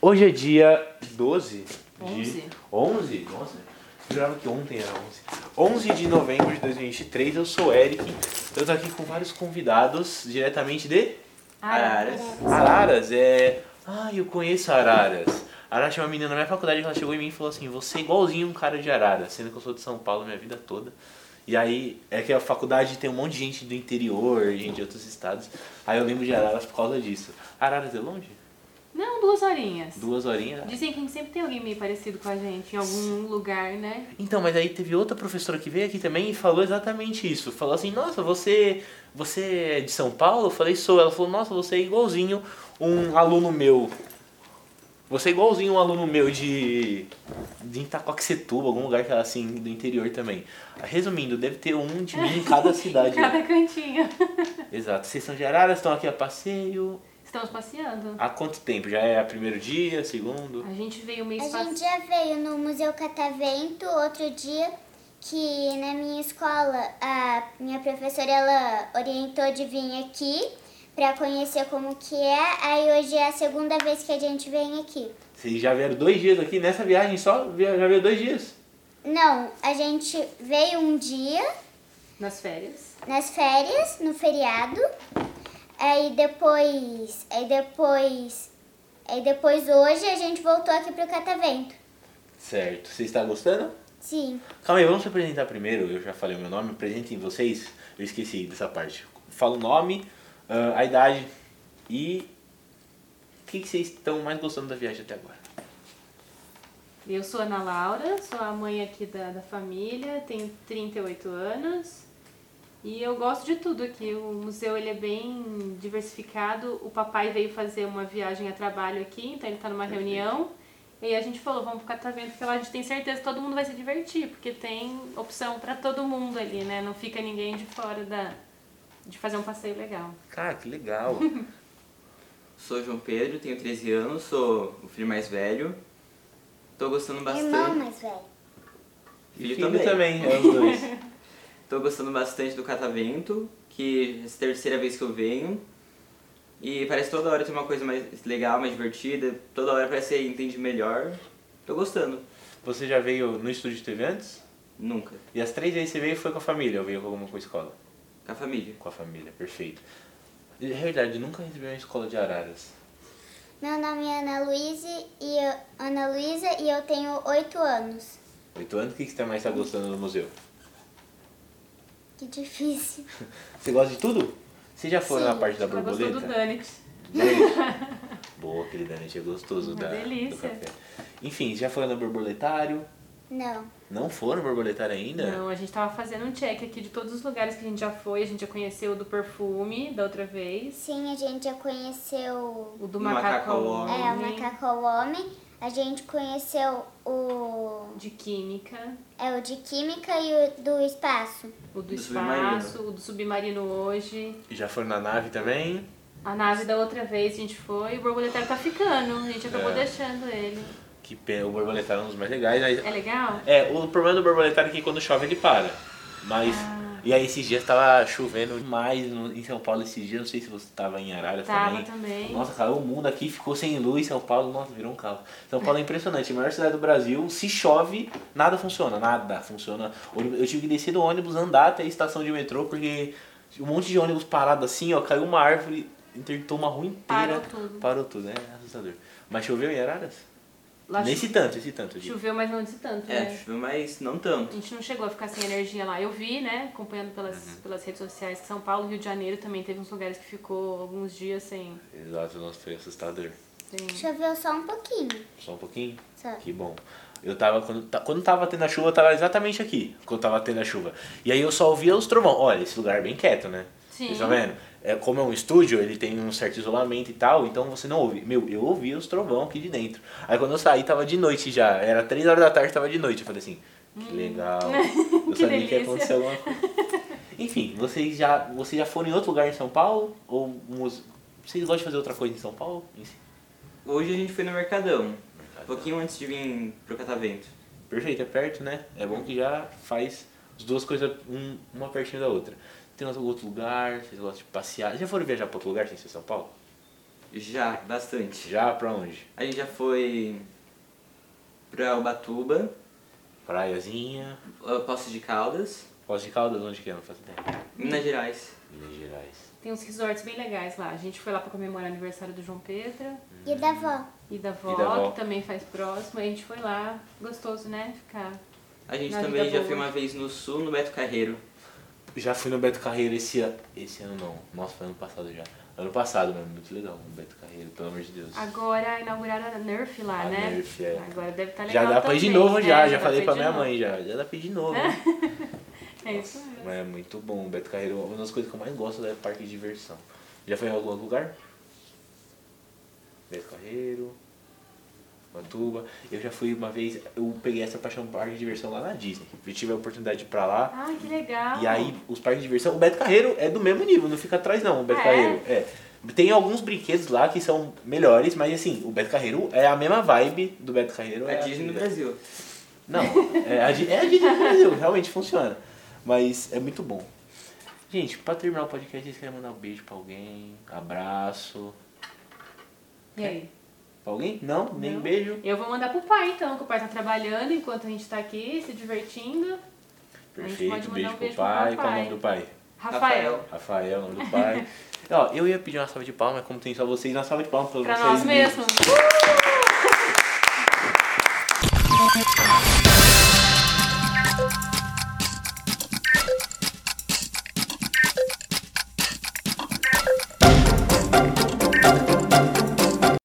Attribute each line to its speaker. Speaker 1: Hoje é dia 12
Speaker 2: Onze.
Speaker 1: de 11, nossa, eu jurava que ontem era 11. 11 de novembro de 2023, eu sou o Eric. Eu tô aqui com vários convidados diretamente de
Speaker 2: Araras.
Speaker 1: Araras é, ah, eu conheço Araras. Araras tinha uma menina na minha faculdade que ela chegou em mim e falou assim: "Você é igualzinho um cara de Araras, sendo que eu sou de São Paulo minha vida toda". E aí é que a faculdade tem um monte de gente do interior, gente de outros estados. Aí eu lembro de Araras por causa disso. Araras é longe?
Speaker 2: Não, duas horinhas.
Speaker 1: Duas horinhas?
Speaker 2: Dizem que sempre tem alguém meio parecido com a gente em algum lugar, né?
Speaker 1: Então, mas aí teve outra professora que veio aqui também e falou exatamente isso. Falou assim, nossa, você, você é de São Paulo? Eu falei, sou. Ela falou, nossa, você é igualzinho um aluno meu. Você é igualzinho um aluno meu de, de Itacoaxetuba, algum lugar que ela assim, do interior também. Resumindo, deve ter um de mim em cada cidade.
Speaker 2: Cada cantinho.
Speaker 1: Exato. Vocês são de Araras, estão aqui a passeio.
Speaker 2: Estamos passeando.
Speaker 1: Há quanto tempo? Já é primeiro dia, segundo?
Speaker 2: A gente veio
Speaker 3: A
Speaker 2: meio
Speaker 3: gente
Speaker 2: passado.
Speaker 3: já veio no Museu Catavento outro dia que na minha escola a minha professora ela orientou de vir aqui pra conhecer como que é. Aí hoje é a segunda vez que a gente vem aqui.
Speaker 1: Vocês já vieram dois dias aqui nessa viagem só? via- Já veio dois dias?
Speaker 3: Não, a gente veio um dia
Speaker 2: Nas férias.
Speaker 3: nas férias, no feriado. Aí depois, aí depois, aí depois hoje a gente voltou aqui pro Catavento.
Speaker 1: Certo. Você está gostando?
Speaker 3: Sim.
Speaker 1: Calma aí, vamos se apresentar primeiro. Eu já falei o meu nome, apresentem vocês. Eu esqueci dessa parte. Fala o nome, ah, a idade e o que, que vocês estão mais gostando da viagem até agora.
Speaker 2: Eu sou Ana Laura, sou a mãe aqui da, da família, tenho 38 anos. E eu gosto de tudo aqui. O museu ele é bem diversificado. O papai veio fazer uma viagem a trabalho aqui, então ele tá numa
Speaker 1: Perfeito.
Speaker 2: reunião. E aí a gente falou, vamos ficar Catavento, porque lá a gente tem certeza que todo mundo vai se divertir, porque tem opção pra todo mundo ali, né? Não fica ninguém de fora da de fazer um passeio legal.
Speaker 1: Cara, que legal.
Speaker 4: Sou João Pedro, tenho 13 anos, sou o filho mais velho. Tô gostando bastante.
Speaker 3: Irmão né? mais velho.
Speaker 4: Filho
Speaker 1: Filho
Speaker 4: também.
Speaker 1: também, é os dois.
Speaker 4: Tô gostando bastante do Catavento, que é a terceira vez que eu venho. E parece toda hora tem uma coisa mais legal, mais divertida. Toda hora parece que entende melhor. Tô gostando.
Speaker 1: Você já veio no estúdio de TV antes?
Speaker 4: Nunca.
Speaker 1: E as três vezes que você veio foi com a família ou veio com alguma com a escola?
Speaker 4: Com a família.
Speaker 1: Com a família, perfeito. Na realidade, eu nunca recebi uma escola de araras.
Speaker 3: Meu nome é Ana Luísa e eu, Ana Luísa e eu tenho oito anos.
Speaker 1: Oito anos, o que que você mais está gostando no museu?
Speaker 3: Que difícil.
Speaker 1: Você gosta de tudo? Você já foi
Speaker 3: Sim,
Speaker 1: na parte da
Speaker 2: Ela
Speaker 1: borboleta?
Speaker 2: gostou do Danit.
Speaker 1: Boa, aquele danete é gostoso
Speaker 2: Uma
Speaker 1: da, do
Speaker 2: delícia.
Speaker 1: café. Enfim, já foi no borboletário?
Speaker 3: Não.
Speaker 1: Não foi no borboletário ainda?
Speaker 2: Não, a gente tava fazendo um check aqui de todos os lugares que a gente já foi, a gente já conheceu o do perfume da outra vez,
Speaker 3: Sim, a gente já conheceu
Speaker 2: o do
Speaker 4: Do
Speaker 2: macaco
Speaker 4: macaco ao
Speaker 2: ao
Speaker 4: homem.
Speaker 3: é, o
Speaker 2: homem,
Speaker 3: macaco ao homem, a gente conheceu o
Speaker 2: de química,
Speaker 3: é o de química e o do espaço.
Speaker 2: o do,
Speaker 4: Do
Speaker 2: espaço, o do submarino hoje,
Speaker 1: Já foi na nave também?
Speaker 2: a nave da outra vez a gente foi, o borboletário tá ficando, a gente acabou
Speaker 1: É.
Speaker 2: deixando ele.
Speaker 1: Que pe- o borboletário é um dos mais legais. aí-
Speaker 2: É legal?
Speaker 1: É, o problema do borboletário é que quando chove ele para. Mas.
Speaker 2: Ah.
Speaker 1: E aí esses dias tava chovendo demais no- em São Paulo esses dias, não sei se você tava em Arara
Speaker 2: Tava também.
Speaker 1: Nossa, cara, o mundo aqui ficou sem luz, São Paulo, nossa, virou um caos. São Paulo é impressionante, a maior cidade do Brasil, se chove, nada funciona, nada funciona. Eu tive que descer do ônibus, andar até a estação de metrô, porque um monte de ônibus parado assim, ó, caiu uma árvore, interditou uma rua inteira.
Speaker 2: Parou tudo.
Speaker 1: Parou tudo, né? Assustador. Mas choveu em Araras?
Speaker 2: Lá
Speaker 1: Nesse tanto, esse tanto. eu digo.
Speaker 2: choveu, mas não disse tanto,
Speaker 4: É,
Speaker 2: né?
Speaker 4: choveu, mas não
Speaker 2: A
Speaker 4: tanto.
Speaker 2: gente não chegou a ficar sem energia lá. Eu vi, né, acompanhando pelas, pelas redes sociais, que São Paulo, Rio de Janeiro também teve uns lugares que ficou alguns dias sem...
Speaker 1: Exato, nossa, foi assustador.
Speaker 2: sem...
Speaker 3: Choveu só um pouquinho.
Speaker 1: Só um pouquinho?
Speaker 3: Só.
Speaker 1: Que bom. Eu tava, quando, ta- quando tava tendo a chuva, eu tava exatamente aqui, quando tava tendo a chuva. E aí eu só ouvia os trovão. Olha, esse lugar é bem quieto, né?
Speaker 2: Sim.
Speaker 1: Vocês estão vendo? É, como é um estúdio, ele tem um certo isolamento e tal, então você não ouve. Meu, eu ouvia os trovão aqui de dentro. Aí quando eu saí, tava de noite já. Era três horas da tarde, tava de noite. Eu falei assim, que legal. Eu
Speaker 2: Hum. Que
Speaker 1: sabia que
Speaker 2: delícia.
Speaker 1: ia acontecer alguma coisa. Enfim, vocês já, vocês já foram em outro lugar em São Paulo? Ou muse- vocês gostam de fazer outra coisa em São Paulo? Em si?
Speaker 4: Hoje a gente foi no Mercadão. Um pouquinho antes de vir pro Catavento.
Speaker 1: Perfeito, é perto, né? É bom que já faz as duas coisas um- uma pertinho da outra. Tem outro lugar, vocês gostam de passear. Já foram viajar pra outro lugar sem ser São Paulo?
Speaker 4: Já, bastante.
Speaker 1: Já pra onde?
Speaker 4: A gente já foi pra Ubatuba,
Speaker 1: Praiazinha,
Speaker 4: uh, Poços de Caldas,
Speaker 1: Poços de Caldas, onde que é? Não faço ideia.
Speaker 4: Minas Gerais.
Speaker 1: Minas Gerais.
Speaker 2: Tem uns resorts bem legais lá. A gente foi lá pra comemorar o aniversário do João Pedro
Speaker 3: E da avó.
Speaker 1: E
Speaker 2: e da
Speaker 1: da
Speaker 2: vó,
Speaker 1: vó.
Speaker 2: que também faz próximo. A gente foi lá, gostoso, né? Ficar.
Speaker 4: A gente
Speaker 2: Na
Speaker 4: também
Speaker 2: vida
Speaker 4: já
Speaker 2: é boa.
Speaker 4: foi uma vez no sul, no Beto Carreiro.
Speaker 1: Já fui no Beto Carreiro esse ano. Esse ano não. Nossa, foi ano passado já. Ano passado mesmo, muito legal o Beto Carreiro, pelo amor de Deus.
Speaker 2: Agora inauguraram a Nerf lá,
Speaker 1: A
Speaker 2: né?
Speaker 1: Nerf, é.
Speaker 2: Agora deve estar legal.
Speaker 1: Já dá pra ir de
Speaker 2: também,
Speaker 1: novo
Speaker 2: né?
Speaker 1: já, já
Speaker 2: dá
Speaker 1: falei
Speaker 2: ir
Speaker 1: pra
Speaker 2: de
Speaker 1: minha
Speaker 2: novo.
Speaker 1: mãe já. Já dá pra ir de novo. hein?
Speaker 2: É isso mesmo.
Speaker 1: Mas é muito bom, Beto Carreiro. Uma das coisas que eu mais gosto é parque de diversão. Já foi em algum outro lugar? Beto Carreiro, Mantuba. Eu já fui uma vez, eu peguei essa paixão por parque de diversão lá na Disney. Eu tive a oportunidade de ir pra lá.
Speaker 2: Ai, que legal.
Speaker 1: E aí, os parques de diversão. O Beto Carreiro é do mesmo nível, não fica atrás não, o Beto
Speaker 2: Ah, é?
Speaker 1: Carreiro. É. Tem alguns brinquedos lá que são melhores, mas assim, o Beto Carreiro é a mesma vibe do Beto Carreiro.
Speaker 4: A
Speaker 1: é
Speaker 4: Disney no Brasil.
Speaker 1: não, é a, Di- é a Disney do Brasil, realmente funciona. Mas é muito bom. Gente, pra terminar o podcast, vocês querem mandar um beijo pra alguém? Abraço?
Speaker 2: E aí?
Speaker 1: Pra alguém? Não? Nem
Speaker 2: Não.
Speaker 1: beijo?
Speaker 2: Eu vou mandar pro pai, então, que o pai tá trabalhando enquanto a gente tá aqui, se divertindo. A gente pode
Speaker 1: Perfeito,
Speaker 2: mandar
Speaker 1: beijo
Speaker 2: um
Speaker 1: pro
Speaker 2: beijo pro
Speaker 1: pai.
Speaker 2: meu
Speaker 1: Qual é o nome
Speaker 2: pai.
Speaker 1: do pai?
Speaker 2: Rafael.
Speaker 1: Rafael, é o nome do pai. Ó, eu ia pedir uma salva de palmas, mas como tem só vocês, uma salva de palmas pra,
Speaker 2: Pra
Speaker 1: vocês
Speaker 2: nós mesmos.